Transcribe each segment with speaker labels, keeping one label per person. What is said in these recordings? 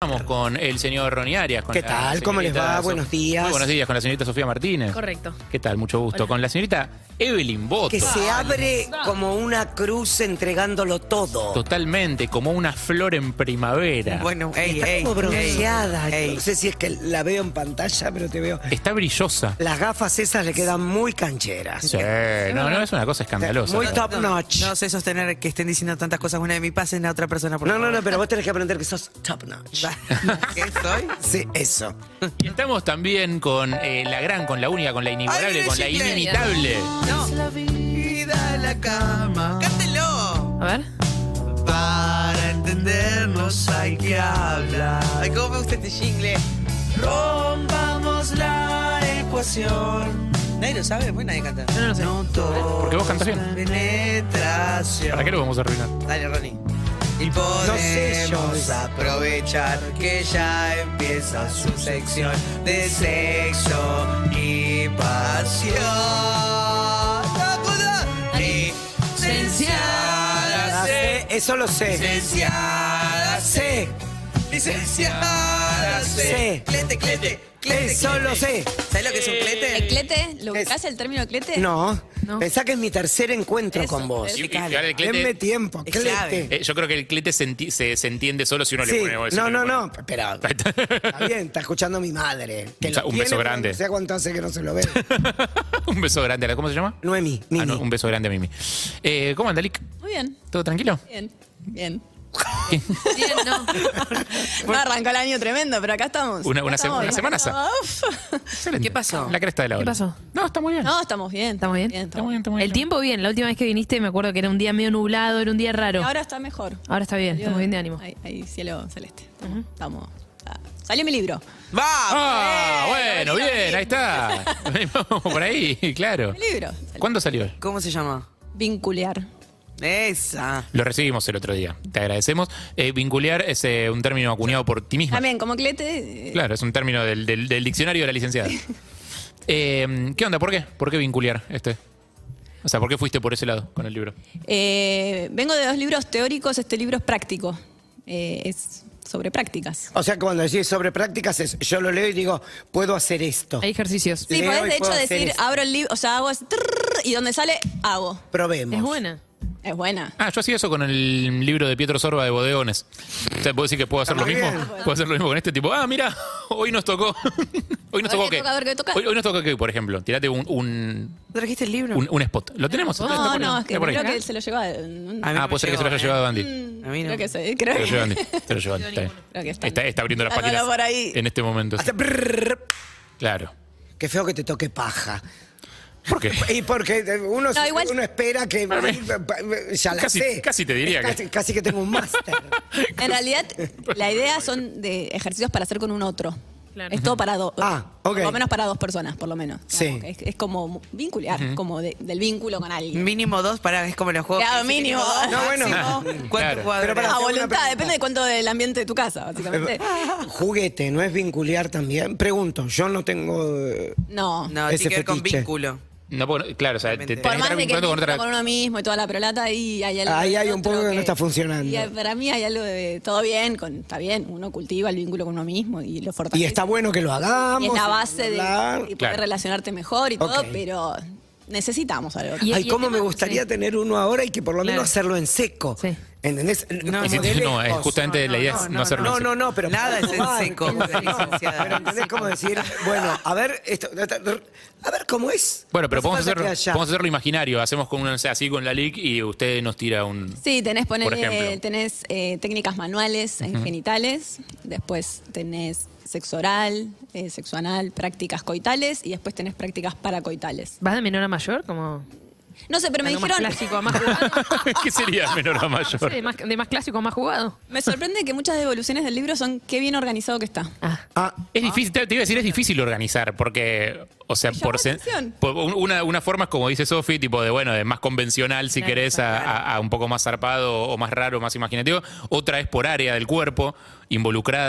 Speaker 1: Estamos con el señor Ronnie Arias. Con
Speaker 2: ¿Qué
Speaker 1: la
Speaker 2: tal? ¿Cómo les
Speaker 1: señorita
Speaker 2: va?
Speaker 1: Sof-
Speaker 2: Buenos días.
Speaker 1: Muy buenos días con la señorita Sofía Martínez.
Speaker 3: Correcto.
Speaker 1: ¿Qué tal? Mucho gusto.
Speaker 3: Hola.
Speaker 1: Con la señorita Evelyn Boto.
Speaker 2: Que se abre como una cruz entregándolo todo.
Speaker 1: Totalmente, como una flor en primavera.
Speaker 4: Bueno,
Speaker 2: Y
Speaker 4: ey,
Speaker 2: está
Speaker 4: ey,
Speaker 2: como bronceada.
Speaker 4: ey, ey.
Speaker 2: No sé si es que la veo en pantalla, pero te veo.
Speaker 1: Está brillosa.
Speaker 2: Las gafas esas le quedan muy cancheras.
Speaker 1: Sí, no, no, es una cosa escandalosa.
Speaker 2: Muy top notch.
Speaker 4: No sé sostener que estén diciendo tantas cosas una de mí, pasen a otra persona. Por
Speaker 2: No, no,
Speaker 4: favor.
Speaker 2: no, pero vos tenés que aprender que sos top notch.
Speaker 4: ¿Qué soy?
Speaker 2: Sí, eso.
Speaker 1: Y estamos también con eh, la gran, con la única, con la
Speaker 4: Ay,
Speaker 1: inigualable,
Speaker 4: mira,
Speaker 1: con la
Speaker 4: Gilberto.
Speaker 1: inimitable.
Speaker 4: No. Vida a la cama. Cántelo.
Speaker 3: A ver.
Speaker 4: Para entendernos hay que hablar. Ay, cómo me gusta este jingle. Rompamos la ecuación. Nadie lo sabe, pues nadie canta.
Speaker 3: No, no lo sé.
Speaker 1: Porque vos cantás bien.
Speaker 4: Penetración.
Speaker 1: ¿Para qué lo vamos a arruinar?
Speaker 4: Dale, Ronnie. Y
Speaker 2: No sé yo.
Speaker 4: podemos aprovechar que ya empieza su sección de sexo y pasión. ¡Tacuda! Licenciada C.
Speaker 2: Eso lo sé.
Speaker 4: Licenciada C.
Speaker 2: Sé.
Speaker 4: Licenciada C.
Speaker 2: C.
Speaker 4: Clete, clete, clete.
Speaker 2: Eso lo sé.
Speaker 4: ¿Sabes lo que es un
Speaker 5: ¿El
Speaker 4: clete?
Speaker 5: clete? ¿Lo
Speaker 2: Es-
Speaker 5: ubicás el término clete?
Speaker 2: No.
Speaker 3: No.
Speaker 2: Pensá que es mi tercer encuentro
Speaker 5: Eso,
Speaker 2: con vos.
Speaker 5: eso.
Speaker 1: Y- y ahora el clete-
Speaker 2: Denme tiempo.
Speaker 4: Es clave.
Speaker 2: clete.
Speaker 1: eh, yo creo que el clete se, enti- se- se entiende solo si uno
Speaker 2: Sí,
Speaker 1: le pone vos,
Speaker 2: no,
Speaker 1: si le
Speaker 2: no,
Speaker 1: pone-
Speaker 2: no, pero está bien, está escuchando mi madre. que
Speaker 1: Un
Speaker 2: lo
Speaker 1: sa- un
Speaker 2: tiene,
Speaker 1: beso
Speaker 2: pero
Speaker 1: grande.
Speaker 2: No sé cuánto hace que no se lo ve.
Speaker 1: un beso grande. a la- ¿Cómo se llama?
Speaker 2: Noemi,
Speaker 1: Ah, no,
Speaker 2: Mimi.
Speaker 1: un beso grande a Mimi. Eh, ¿Cómo anda, Lic?
Speaker 5: Muy bien,
Speaker 1: ¿Todo tranquilo?
Speaker 5: bien, bien.
Speaker 3: Bien, no.
Speaker 5: No arrancó el año tremendo, pero acá estamos.
Speaker 1: Una- una
Speaker 5: Acá estamos,
Speaker 1: se- una
Speaker 5: acá
Speaker 1: semana
Speaker 5: estamos.
Speaker 1: Excelente.
Speaker 3: ¿Qué pasó?
Speaker 1: La cresta de la hora.
Speaker 3: ¿Qué pasó?
Speaker 1: No, está muy bien.
Speaker 5: No, estamos bien.
Speaker 3: ¿Estamos bien?
Speaker 1: Está muy bien, está muy bien.
Speaker 3: El tiempo bien. La última vez que viniste me acuerdo que era un día medio nublado, era un día
Speaker 5: Y
Speaker 3: raro.
Speaker 5: ahora está mejor.
Speaker 3: Ahora está bien, estamos bien de ánimo.
Speaker 5: Hay, hay cielo celeste. Estamos. estamos- ah, salió mi libro.
Speaker 4: ¡Va!
Speaker 6: eh.
Speaker 1: Ah, bueno, bien, ahí está. Vamos por ahí, claro.
Speaker 5: Mi libro. Salió.
Speaker 1: ¿Cuándo salió?
Speaker 4: ¿Cómo se llama?
Speaker 5: Vinculear.
Speaker 4: Esa.
Speaker 1: Lo recibimos el otro día. Te agradecemos. Eh, vincular es eh, un término acuñado por ti misma.
Speaker 5: También, como clete. eh,
Speaker 1: Claro, es un término del, del- del diccionario de la licenciada. Eh, ¿Qué onda? ¿Por qué? ¿Por qué vincular este? O sea, ¿por qué fuiste por ese lado con el libro?
Speaker 5: eh, vengo de dos libros teóricos, este libro es práctico. Eh, es sobre prácticas.
Speaker 2: O sea, que cuando decís sobre prácticas, es, yo lo leo y digo, puedo hacer esto.
Speaker 3: Hay ejercicios.
Speaker 5: Sí,
Speaker 2: Leo
Speaker 5: podés
Speaker 2: y
Speaker 5: de hecho
Speaker 2: puedo hacer
Speaker 5: decir,
Speaker 2: esto.
Speaker 5: abro el libro, o sea, hago es- y donde sale, hago.
Speaker 2: Probemos.
Speaker 3: Es buena.
Speaker 5: Es buena.
Speaker 1: Ah, yo hacía eso con el libro de Pietro Sorba de Bodegones. O sea, ¿puedo decir que puedo hacer lo
Speaker 2: Está
Speaker 1: mismo?
Speaker 2: muy
Speaker 1: ¿Puedo hacer lo mismo con este tipo? Ah, mira, hoy nos tocó. hoy nos
Speaker 5: A
Speaker 1: tocó
Speaker 5: ver qué
Speaker 1: qué.
Speaker 5: toca, a ver qué toca.
Speaker 1: Hoy, hoy nos tocó qué, por ejemplo. Tirate un, un,
Speaker 4: ¿Trajiste el libro?
Speaker 1: un- un spot. ¿Lo tenemos? Está- está
Speaker 5: No,
Speaker 1: por ahí,
Speaker 5: no, es que
Speaker 1: está por ahí.
Speaker 5: creo que se lo lleva. eh,
Speaker 4: A mí
Speaker 1: Ah,
Speaker 4: no
Speaker 1: puede ser que
Speaker 4: llegó,
Speaker 1: se lo haya
Speaker 4: ¿eh?
Speaker 1: llevado Andy.
Speaker 4: A mí no.
Speaker 5: Creo que sí,
Speaker 1: Te lo
Speaker 5: creo
Speaker 1: lleva Andy.
Speaker 5: que.
Speaker 1: Te lo lleva Andy. Está, bien.
Speaker 5: Creo que están.
Speaker 1: Está- está abriendo las
Speaker 5: Está
Speaker 1: páginas
Speaker 5: por ahí.
Speaker 1: en este momento.
Speaker 2: Hace brrrr.
Speaker 1: Claro.
Speaker 2: Qué feo que te toque paja.
Speaker 1: ¿Por qué?
Speaker 2: Y porque eh, uno,
Speaker 5: No, igual-
Speaker 2: uno espera que. Ya la
Speaker 1: Casi-
Speaker 2: sé.
Speaker 1: casi te diría que-
Speaker 2: Casi, casi que tengo un máster.
Speaker 5: En realidad, la idea son de ejercicios para hacer con un otro.
Speaker 3: Claro.
Speaker 5: Es todo para dos.
Speaker 2: Ah, ok.
Speaker 5: Por lo menos para dos personas, por lo menos.
Speaker 2: Sí.
Speaker 5: Digamos que Es, es como vincular, como de- del vínculo con alguien.
Speaker 4: Mínimo dos para es como los juegos.
Speaker 5: Claro,
Speaker 4: que dicen
Speaker 5: mínimo
Speaker 4: que
Speaker 5: dos.
Speaker 2: No, bueno.
Speaker 4: máximo,
Speaker 1: Claro.
Speaker 4: ¿Cuánto
Speaker 1: Pero
Speaker 4: cuadro?
Speaker 2: para-
Speaker 5: A
Speaker 2: hacer una
Speaker 5: voluntad,
Speaker 2: pregunta. Ah.
Speaker 5: depende de cuánto del ambiente de tu casa, básicamente.
Speaker 2: Juguete, ¿no es vincular también? Pregunto, yo no tengo. eh,
Speaker 5: No.
Speaker 4: No,
Speaker 2: Ese
Speaker 4: tiene que ver con
Speaker 2: fetiche.
Speaker 4: vínculo.
Speaker 1: No, puedo- claro, o sea, te, tenés que
Speaker 5: Por más
Speaker 1: estar
Speaker 5: de que
Speaker 1: vinculando con
Speaker 5: con,
Speaker 1: otra.
Speaker 5: con uno mismo y toda la prolata, ahí hay algo.
Speaker 2: Ahí
Speaker 5: del
Speaker 2: hay un
Speaker 5: otro
Speaker 2: poco que no está funcionando.
Speaker 5: y, eh, para mí hay algo de todo bien, con, está bien, uno cultiva el vínculo con uno mismo y lo fortalece.
Speaker 2: Y está bueno que lo hagamos.
Speaker 5: Y es la base de
Speaker 2: hablar.
Speaker 5: y poder
Speaker 1: Claro.
Speaker 5: relacionarte mejor y todo,
Speaker 2: Ok.
Speaker 5: pero necesitamos algo.
Speaker 3: Y-
Speaker 2: Ay,
Speaker 3: el
Speaker 2: cómo me
Speaker 3: tema-
Speaker 2: gustaría
Speaker 3: sí.
Speaker 2: tener uno ahora y que por lo menos
Speaker 3: Claro.
Speaker 2: hacerlo en seco.
Speaker 3: Sí.
Speaker 2: ¿Entendés? Como
Speaker 1: Y si-
Speaker 2: de
Speaker 1: no, es
Speaker 2: lejos.
Speaker 1: justamente la idea es no hacerlo.
Speaker 2: No, no, no, pero.
Speaker 4: Nada es en seco,
Speaker 2: Como-
Speaker 4: licenciada.
Speaker 2: Pero ¿entendés cómo decir? Bueno, a ver, esto, a ver cómo es.
Speaker 1: Bueno, pero
Speaker 2: No
Speaker 1: podemos
Speaker 2: hace falta
Speaker 1: hacerlo,
Speaker 2: que haya-
Speaker 1: podemos hacerlo imaginario. Hacemos con una, o sea, así con la leak y usted nos tira un.
Speaker 5: Sí, tenés, ponele-
Speaker 1: Por ejemplo.
Speaker 5: tenés eh, técnicas manuales en genitales, después tenés sexo oral, eh, sexo anal, prácticas coitales y después tenés prácticas paracoitales.
Speaker 3: ¿Vas de menor a mayor? Como
Speaker 5: No sé, pero me
Speaker 3: algo más
Speaker 5: dijeron...
Speaker 3: clásico a más jugado.
Speaker 1: ¿Qué sería menor a
Speaker 3: No sé,
Speaker 1: mayor?
Speaker 3: de, más, de más clásico a más jugado.
Speaker 5: Me sorprende que muchas devoluciones del libro son qué bien organizado que está.
Speaker 3: Ah,
Speaker 2: Ah,
Speaker 1: Es difícil, te te iba a decir, es difícil organizar, porque, o sea,
Speaker 5: llama
Speaker 1: por,
Speaker 5: la
Speaker 1: sen-
Speaker 5: atención.
Speaker 1: por un- una, una forma es como dice Sofi, tipo de, bueno, de más convencional, si querés, a, a- a un poco más zarpado o más raro, más imaginativo. Otra es por área del cuerpo, involucrada,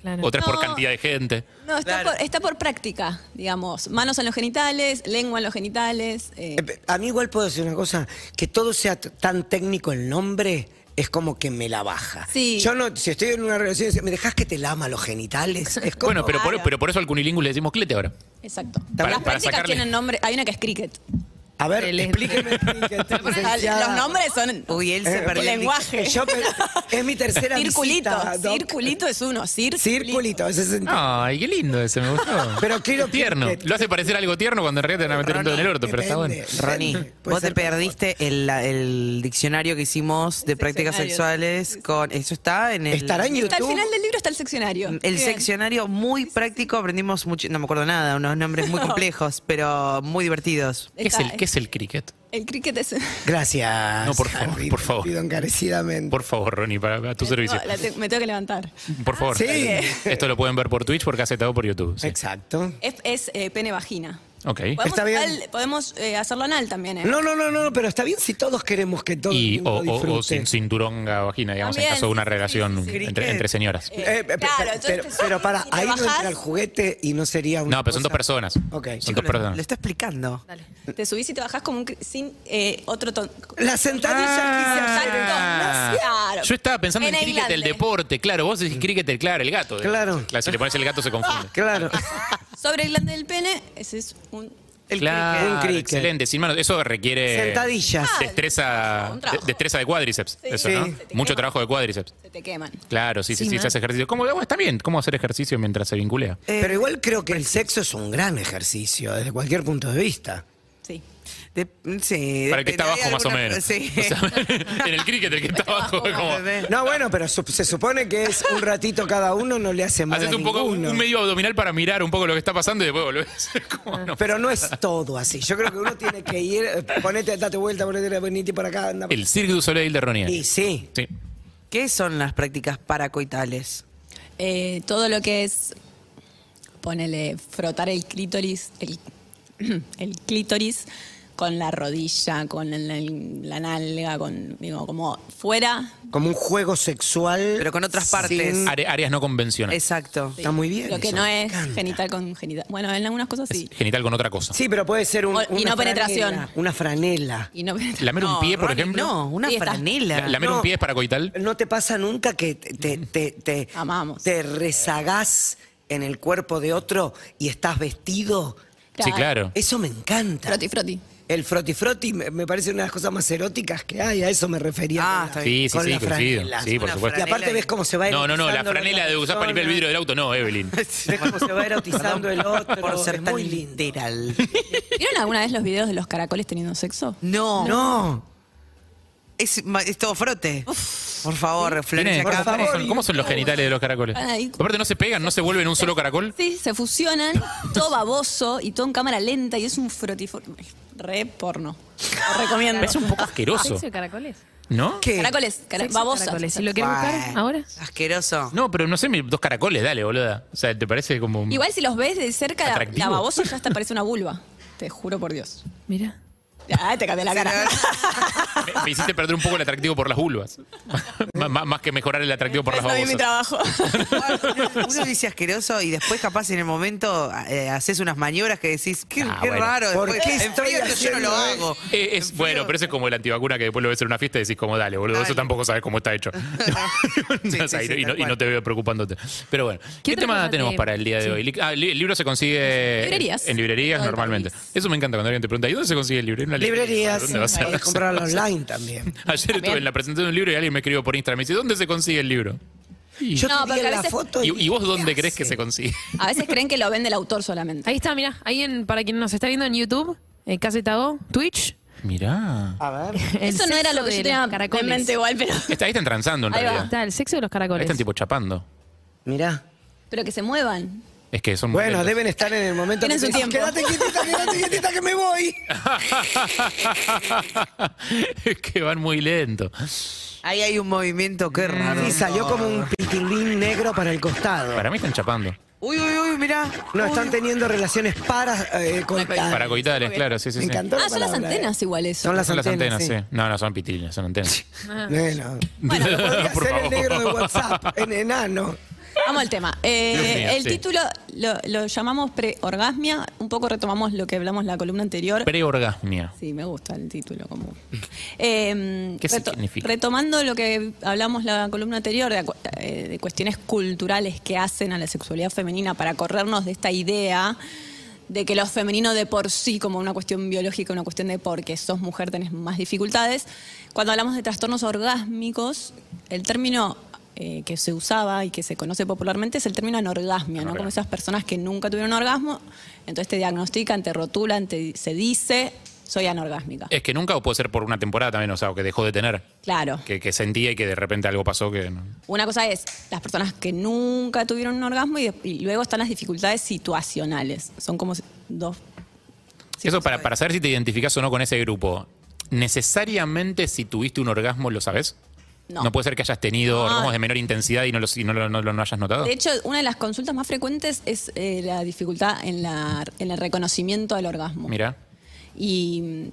Speaker 3: Claro.
Speaker 1: Otras por
Speaker 5: No.
Speaker 1: cantidad de gente.
Speaker 5: No, está,
Speaker 4: Claro.
Speaker 5: por, está por práctica, digamos. Manos en los genitales, lengua en los genitales. eh,
Speaker 2: Eh, pe- A mí igual puedo decir una cosa, que todo sea t- tan técnico el nombre es como que me la baja.
Speaker 5: Sí.
Speaker 2: Yo no, si estoy en una relación, si me dejas que te lama los genitales. Es como,
Speaker 1: Bueno, pero por,
Speaker 5: Claro.
Speaker 1: pero por eso al cunilingus le decimos clete ahora.
Speaker 5: exacto.
Speaker 1: Para-
Speaker 5: Las
Speaker 1: para
Speaker 5: prácticas
Speaker 1: sacarle-
Speaker 5: tienen nombre. Hay una que es cricket.
Speaker 2: a ver,
Speaker 3: el-
Speaker 2: explíqueme.
Speaker 5: Los nombres son.
Speaker 4: Uy, él se
Speaker 2: Eh,
Speaker 4: perdió.
Speaker 5: el lenguaje.
Speaker 2: Yo me- es mi tercera
Speaker 5: circulito.
Speaker 2: visita, Doc.
Speaker 5: circulito es uno. Circulito.
Speaker 2: Circulito, ese sentido.
Speaker 1: Ay, qué lindo ese, me gustó.
Speaker 2: Pero quiero-
Speaker 1: tierno. Lo hace parecer algo tierno cuando en realidad te van a meter un dedo en el orto, pero está bueno.
Speaker 2: Depende,
Speaker 6: Ronnie,
Speaker 2: depende. Puede
Speaker 6: vos te
Speaker 2: ser-
Speaker 6: perdiste el, la- el diccionario que hicimos de prácticas
Speaker 5: seccionario.
Speaker 6: sexuales con eso está en el
Speaker 2: Estará en YouTube.
Speaker 5: Al final del libro está el seccionario.
Speaker 6: el
Speaker 5: Bien.
Speaker 6: seccionario muy práctico, aprendimos mucho, no me acuerdo nada, unos nombres muy complejos, pero muy divertidos.
Speaker 1: ¿Qué es,
Speaker 5: Está-
Speaker 1: el, ¿Qué es el cricket?
Speaker 5: El cricket es.
Speaker 2: Gracias.
Speaker 1: No, por favor,
Speaker 2: Harry,
Speaker 1: por
Speaker 2: te
Speaker 1: favor.
Speaker 2: Pido encarecidamente.
Speaker 1: Por favor, Ronnie, para, a tu servicio.
Speaker 5: Eh, No, la te- me tengo que levantar.
Speaker 1: Por favor.
Speaker 2: Ah,
Speaker 1: eh,
Speaker 2: Sí.
Speaker 1: Esto lo pueden ver por Twitch, por Caseta o por YouTube. sí.
Speaker 2: Exacto.
Speaker 5: Es, es, eh, pene vagina.
Speaker 1: Ok.
Speaker 5: Podemos,
Speaker 2: Está bien.
Speaker 5: al- podemos eh, hacerlo anal también, ¿eh?
Speaker 2: No, no, no, no, pero está bien si todos queremos que todo
Speaker 1: Y,
Speaker 2: el
Speaker 1: o,
Speaker 2: mundo
Speaker 1: o- o
Speaker 2: disfrute.
Speaker 1: sin cinturón a vagina, digamos, en
Speaker 5: También,
Speaker 1: caso de una
Speaker 5: Ah, sí, sí,
Speaker 1: relación
Speaker 5: sí, sí.
Speaker 1: Entre, entre señoras.
Speaker 5: Eh,
Speaker 2: Eh, eh, pero-
Speaker 5: claro,
Speaker 2: pero,
Speaker 5: entonces,
Speaker 2: pero para,
Speaker 5: si te
Speaker 2: ahí no
Speaker 5: bajás-
Speaker 2: entra el juguete y no sería un.
Speaker 1: No, pero son dos personas.
Speaker 2: Ok.
Speaker 1: Son
Speaker 6: Chicos,
Speaker 1: dos
Speaker 6: lo- lo,
Speaker 1: personas.
Speaker 6: está explicando.
Speaker 5: Te subís y te bajás como un cri- sin eh, otro ton.
Speaker 2: La sentadilla
Speaker 5: Ah.
Speaker 2: aquí se
Speaker 5: Exacto, no, claro.
Speaker 1: Yo estaba pensando en,
Speaker 5: En
Speaker 1: cricket del
Speaker 5: Ailande.
Speaker 1: deporte, claro. Vos decís cricket, el- claro, el gato.
Speaker 2: Mm. Claro.
Speaker 1: Si le pones el gato se confunde.
Speaker 2: Claro.
Speaker 5: Sobre el glande del pene, ese es un.
Speaker 6: El
Speaker 1: claro,
Speaker 2: cricket. Un cricket.
Speaker 1: excelente. Sin manos, eso requiere
Speaker 2: Sentadillas.
Speaker 1: destreza,
Speaker 5: Ah, Un trabajo.
Speaker 1: de- destreza de cuádriceps. Eso,
Speaker 2: Sí.
Speaker 1: ¿no?
Speaker 2: Sí.
Speaker 1: Mucho trabajo de cuádriceps.
Speaker 5: Se te queman.
Speaker 1: Claro, sí, sí, sí,
Speaker 3: Sí, ¿no?
Speaker 1: se hace ejercicio. ¿Cómo, bueno, está bien, ¿cómo hacer ejercicio mientras se vinculea?
Speaker 2: Eh, Pero igual creo que el sexo es un gran ejercicio desde cualquier punto de vista.
Speaker 5: Sí.
Speaker 6: De- sí,
Speaker 1: Para el que está
Speaker 6: depende, hay
Speaker 1: abajo, más o
Speaker 6: Eh, alguna-
Speaker 1: menos.
Speaker 6: sí.
Speaker 1: O sea, en el cricket, el que está abajo es como.
Speaker 2: No, bueno, pero su- se supone que es un ratito cada uno, no le hace mal.
Speaker 1: Haces
Speaker 2: a
Speaker 1: un poco un
Speaker 2: ninguno.
Speaker 1: un medio abdominal para mirar un poco lo que está pasando y después volvés. Como, no.
Speaker 2: Pero no es todo así. Yo creo que uno tiene que ir, eh, ponete, date vuelta, ponete la venite para acá, anda.
Speaker 1: El Cirque du Soleil de Ronnie.
Speaker 2: Y sí.
Speaker 1: Sí.
Speaker 6: ¿Qué son las prácticas paracoitales?
Speaker 5: Eh, todo lo que es. Ponele, frotar el clítoris. El, el clítoris con la rodilla, con el- el- la nalga, con. Digo, como fuera.
Speaker 2: Como un juego sexual.
Speaker 6: Pero con otras
Speaker 2: sin-
Speaker 6: partes.
Speaker 1: Are- áreas no convencionales.
Speaker 6: Exacto.
Speaker 2: Está muy bien.
Speaker 5: Lo que
Speaker 2: eso,
Speaker 5: no
Speaker 2: me
Speaker 5: es
Speaker 2: encanta.
Speaker 5: genital con genital. Bueno, en algunas cosas sí.
Speaker 1: Es genital con otra cosa.
Speaker 2: Sí, pero puede ser un,
Speaker 5: O- y
Speaker 2: una
Speaker 5: no penetración.
Speaker 2: franela, Una franela.
Speaker 5: Y no
Speaker 1: Lamer un pie, por
Speaker 6: Ronnie,
Speaker 1: ejemplo.
Speaker 6: No, una
Speaker 5: Sí, está.
Speaker 6: franela.
Speaker 1: La- Lamer
Speaker 2: No.
Speaker 1: un pie es para coital.
Speaker 2: ¿No te pasa nunca que te, te, te- te-
Speaker 5: Mm. Amamos.
Speaker 2: te rezagás en el cuerpo de otro y estás vestido?
Speaker 1: Sí, claro.
Speaker 2: Eso me encanta.
Speaker 5: Froti, froti.
Speaker 2: El froti-froti me, me parece una de las cosas más eróticas que hay, a eso me refería.
Speaker 6: Ah,
Speaker 2: con la-
Speaker 6: está bien.
Speaker 1: Sí, sí,
Speaker 2: con
Speaker 1: sí,
Speaker 2: la
Speaker 1: coincido.
Speaker 2: franela.
Speaker 1: Sí, por
Speaker 6: Una
Speaker 1: supuesto.
Speaker 2: Y aparte ves cómo se va
Speaker 1: No, no, no, la
Speaker 2: erotizando
Speaker 1: franela de usar para limpiar el
Speaker 2: persona.
Speaker 1: vidrio del auto, no, Evelyn.
Speaker 2: Ves cómo se va erotizando el otro.
Speaker 6: Por ser
Speaker 2: es
Speaker 6: tan
Speaker 2: muy lindo.
Speaker 6: literal.
Speaker 5: ¿Vieron alguna vez los videos de los caracoles teniendo sexo?
Speaker 6: No,
Speaker 2: No.
Speaker 6: Es, ma- es todo frote. Por favor, Florencia
Speaker 2: Por
Speaker 1: ¿Cómo,
Speaker 6: Capra.
Speaker 2: favor.
Speaker 1: son, cómo son los genitales de los caracoles?
Speaker 5: Ay.
Speaker 1: Aparte, no se pegan, no se vuelven un solo caracol.
Speaker 5: Sí, se fusionan, todo baboso y todo en cámara lenta y es un frotiforme. Re porno. Lo recomiendo.
Speaker 1: Es un poco asqueroso,
Speaker 3: Ah. ¿Sexo de caracoles?
Speaker 1: ¿no?
Speaker 2: ¿Qué?
Speaker 5: Caracoles, cara-
Speaker 3: Sexo de
Speaker 5: babosa.
Speaker 3: caracoles. Si lo querés buscar
Speaker 6: Bueno,
Speaker 3: ahora.
Speaker 6: Asqueroso.
Speaker 1: No, pero no sé, mi- dos caracoles, dale, boluda. O sea, ¿te parece como un-
Speaker 5: Igual si los ves de cerca, la,
Speaker 1: Mm. Atractivo.
Speaker 5: la babosa ya hasta parece una vulva. Te juro por Dios.
Speaker 3: Mira.
Speaker 5: Ah, te cambié la cara.
Speaker 1: Me, me hiciste perder un poco el atractivo por las vulvas. M- más- más que mejorar el atractivo por las
Speaker 5: Está bien mi
Speaker 1: babosas.
Speaker 5: trabajo.
Speaker 6: Uno dice asqueroso y después capaz en el momento eh, haces unas maniobras que decís, qué,
Speaker 1: Ah,
Speaker 6: qué
Speaker 1: bueno.
Speaker 6: raro.
Speaker 2: ¿Por
Speaker 6: después,
Speaker 2: qué
Speaker 6: en
Speaker 2: estoy
Speaker 6: frío yo no
Speaker 2: haciendo
Speaker 6: lo hago.
Speaker 1: Eh, es, bueno, pero eso es como el antivacuna que después lo ves en una fiesta y decís como dale, boludo, eso
Speaker 6: Dale.
Speaker 1: tampoco sabes cómo está hecho.
Speaker 6: Sí,
Speaker 1: O sea,
Speaker 6: sí,
Speaker 1: y, no- y no,
Speaker 6: sí, tal
Speaker 1: y no te veo preocupándote. Pero bueno, ¿qué,
Speaker 3: ¿Qué otra
Speaker 1: tema
Speaker 3: cosa
Speaker 1: tenemos
Speaker 3: te-
Speaker 1: para el día de
Speaker 3: sí.
Speaker 1: hoy? Li- ah, li- el libro se consigue
Speaker 5: Librerías.
Speaker 1: en librerías
Speaker 5: Todo el
Speaker 1: normalmente.
Speaker 5: país.
Speaker 1: Eso me encanta cuando alguien te pregunta, ¿y dónde se consigue el libro? En una librería.
Speaker 2: Librerías.
Speaker 1: ¿Dónde vas a
Speaker 2: Podés comprarlo online también.
Speaker 1: Ayer estuve en la presentación de un libro y alguien me escribió por Instagram y me dice, ¿dónde se consigue el libro?
Speaker 2: Yo
Speaker 5: No,
Speaker 2: te di
Speaker 5: porque a
Speaker 2: la
Speaker 5: veces-
Speaker 2: foto
Speaker 1: ¿Y, y vos dónde
Speaker 2: ¿Qué
Speaker 1: crees que
Speaker 2: hace?
Speaker 1: se consigue?
Speaker 5: A veces creen que lo vende el autor solamente.
Speaker 3: Ahí está, mirá. Ahí en, para quien nos está viendo en YouTube, en Caseta O, Twitch.
Speaker 1: Mirá.
Speaker 2: A ver.
Speaker 3: el
Speaker 5: Eso no era
Speaker 3: sexo
Speaker 5: lo que yo
Speaker 3: de
Speaker 5: tenía
Speaker 3: los caracoles.
Speaker 5: en mente igual, pero...
Speaker 1: Está- ahí están transando en
Speaker 5: Ahí va.
Speaker 1: realidad.
Speaker 3: Está, el sexo de los
Speaker 1: Ahí
Speaker 3: caracoles.
Speaker 1: están tipo chapando.
Speaker 2: Mirá.
Speaker 5: Pero que se muevan.
Speaker 1: Es que son muy
Speaker 2: Bueno,
Speaker 1: lentos.
Speaker 2: deben estar en el momento
Speaker 5: Tienen
Speaker 2: que
Speaker 5: su
Speaker 2: te dicen,
Speaker 5: tiempo.
Speaker 2: quédate quietita, quédate quietita que me voy.
Speaker 1: es que van muy lento.
Speaker 6: Ahí hay un movimiento, qué raro.
Speaker 2: Y salió como un pitilín negro para el costado.
Speaker 1: Para mí están chapando.
Speaker 6: Uy, uy, uy, mirá.
Speaker 2: No, están teniendo relaciones para eh, con-
Speaker 1: Para coitales, claro, sí, sí,
Speaker 2: Me
Speaker 1: sí.
Speaker 2: encantó la
Speaker 5: Ah, son las
Speaker 2: palabra, eh.
Speaker 5: antenas igual eso.
Speaker 2: Son las
Speaker 1: Son las
Speaker 2: antenas,
Speaker 1: antenas, sí. No, no, son pitilines, son antenas.
Speaker 2: Bueno,
Speaker 1: Por
Speaker 2: podría ser el
Speaker 1: favor.
Speaker 2: negro de WhatsApp, en enano.
Speaker 5: Amo el tema. Eh,
Speaker 1: Dios mío,
Speaker 5: el
Speaker 1: sí.
Speaker 5: título lo, lo llamamos preorgasmia. Un poco retomamos lo que hablamos en la columna anterior.
Speaker 1: Preorgasmia.
Speaker 5: Sí, me gusta el título como. Eh,
Speaker 1: ¿Qué significa?
Speaker 5: Retomando lo que hablamos la columna anterior de, acu- eh, de cuestiones culturales que hacen a la sexualidad femenina para corrernos de esta idea de que lo femenino de por sí, como una cuestión biológica, una cuestión de porque sos mujer tenés más dificultades. Cuando hablamos de trastornos orgásmicos, el término eh, que se usaba y que se conoce popularmente es el término anorgasmia, ¿no?
Speaker 1: Anorgasmia.
Speaker 5: Como esas personas que nunca tuvieron orgasmo, entonces te diagnostican, te rotulan, te, se dice, soy anorgásmica.
Speaker 1: Es que nunca o puede ser por una temporada también, o sea, o que dejó de tener.
Speaker 5: Claro.
Speaker 1: Que, que sentía y que de repente algo pasó que. no-
Speaker 5: Una cosa es las personas que nunca tuvieron un orgasmo y, de- y luego están las dificultades situacionales. Son como si- dos.
Speaker 1: Eso para, para saber si te identificás o no con ese grupo. ¿Necesariamente si tuviste un orgasmo lo sabes?
Speaker 5: No.
Speaker 1: puede ser que hayas tenido
Speaker 5: No.
Speaker 1: orgasmos de menor intensidad y no, los- y no lo, no lo- no lo hayas notado.
Speaker 5: De hecho, una de las consultas más frecuentes es eh, la dificultad en, la- en el reconocimiento del orgasmo.
Speaker 1: Mira.
Speaker 5: Y mm,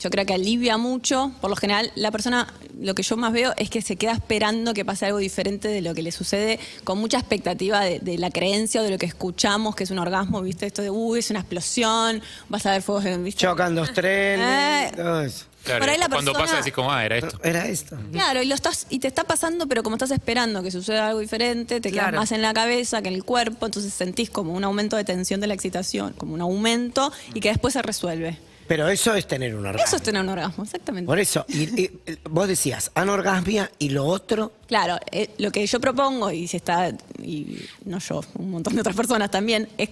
Speaker 5: yo creo que alivia mucho. Por lo general, la persona, lo que yo más veo es que se queda esperando que pase algo diferente de lo que le sucede, con mucha expectativa de, de la creencia o de lo que escuchamos, que es un orgasmo, ¿viste? Esto de, uy, es una explosión, vas a ver fuegos de... ¿viste?
Speaker 2: Chocan dos trenes.
Speaker 5: Eh.
Speaker 2: todo eso.
Speaker 1: Claro,
Speaker 5: Por ahí la
Speaker 1: cuando
Speaker 5: persona-
Speaker 1: pasa decís como, ah, era esto.
Speaker 2: Era esto.
Speaker 5: Claro, y, lo estás, y te está pasando, pero como estás esperando que suceda algo diferente, te quedas
Speaker 6: Claro.
Speaker 5: más en la cabeza que en el cuerpo, entonces sentís como un aumento de tensión de la excitación, como un aumento, y que después se resuelve.
Speaker 2: Pero eso es tener un orgasmo.
Speaker 5: Eso es tener un orgasmo, exactamente.
Speaker 2: Por eso, y- y- vos decías anorgasmia y lo otro.
Speaker 5: Claro, eh, lo que yo propongo, y se está, y no yo, un montón de otras personas también, es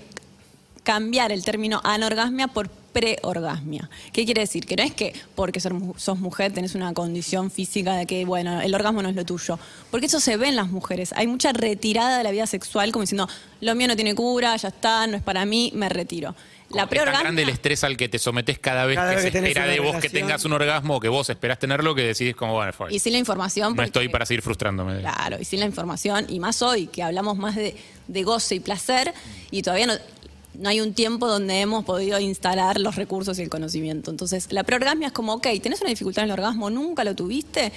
Speaker 5: cambiar el término anorgasmia por preorgasmia. ¿Qué quiere decir? Que no es que porque ser mu- sos mujer tenés una condición física de que, bueno, el orgasmo no es lo tuyo. Porque eso se ve en las mujeres. Hay mucha retirada de la vida sexual como diciendo, lo mío no tiene cura, ya está, no es para mí, me retiro. La
Speaker 1: Como que es tan grande el
Speaker 5: preorgasmia...
Speaker 1: estrés al que te sometes cada vez
Speaker 2: Cada
Speaker 1: que
Speaker 2: vez
Speaker 1: se
Speaker 2: que tenés
Speaker 1: espera
Speaker 2: una
Speaker 1: de vos que
Speaker 2: relación.
Speaker 1: tengas un orgasmo o que vos esperás tenerlo que decidís como, bueno, fue.
Speaker 5: Y sin la información...
Speaker 1: No
Speaker 5: porque-
Speaker 1: estoy para seguir frustrándome.
Speaker 5: Claro, y sin la información, y más hoy, que hablamos más de, de goce y placer, y todavía no, no hay un tiempo donde hemos podido instalar los recursos y el conocimiento. Entonces, la preorgasmia es como, ok, tenés una dificultad en el orgasmo, nunca lo tuviste,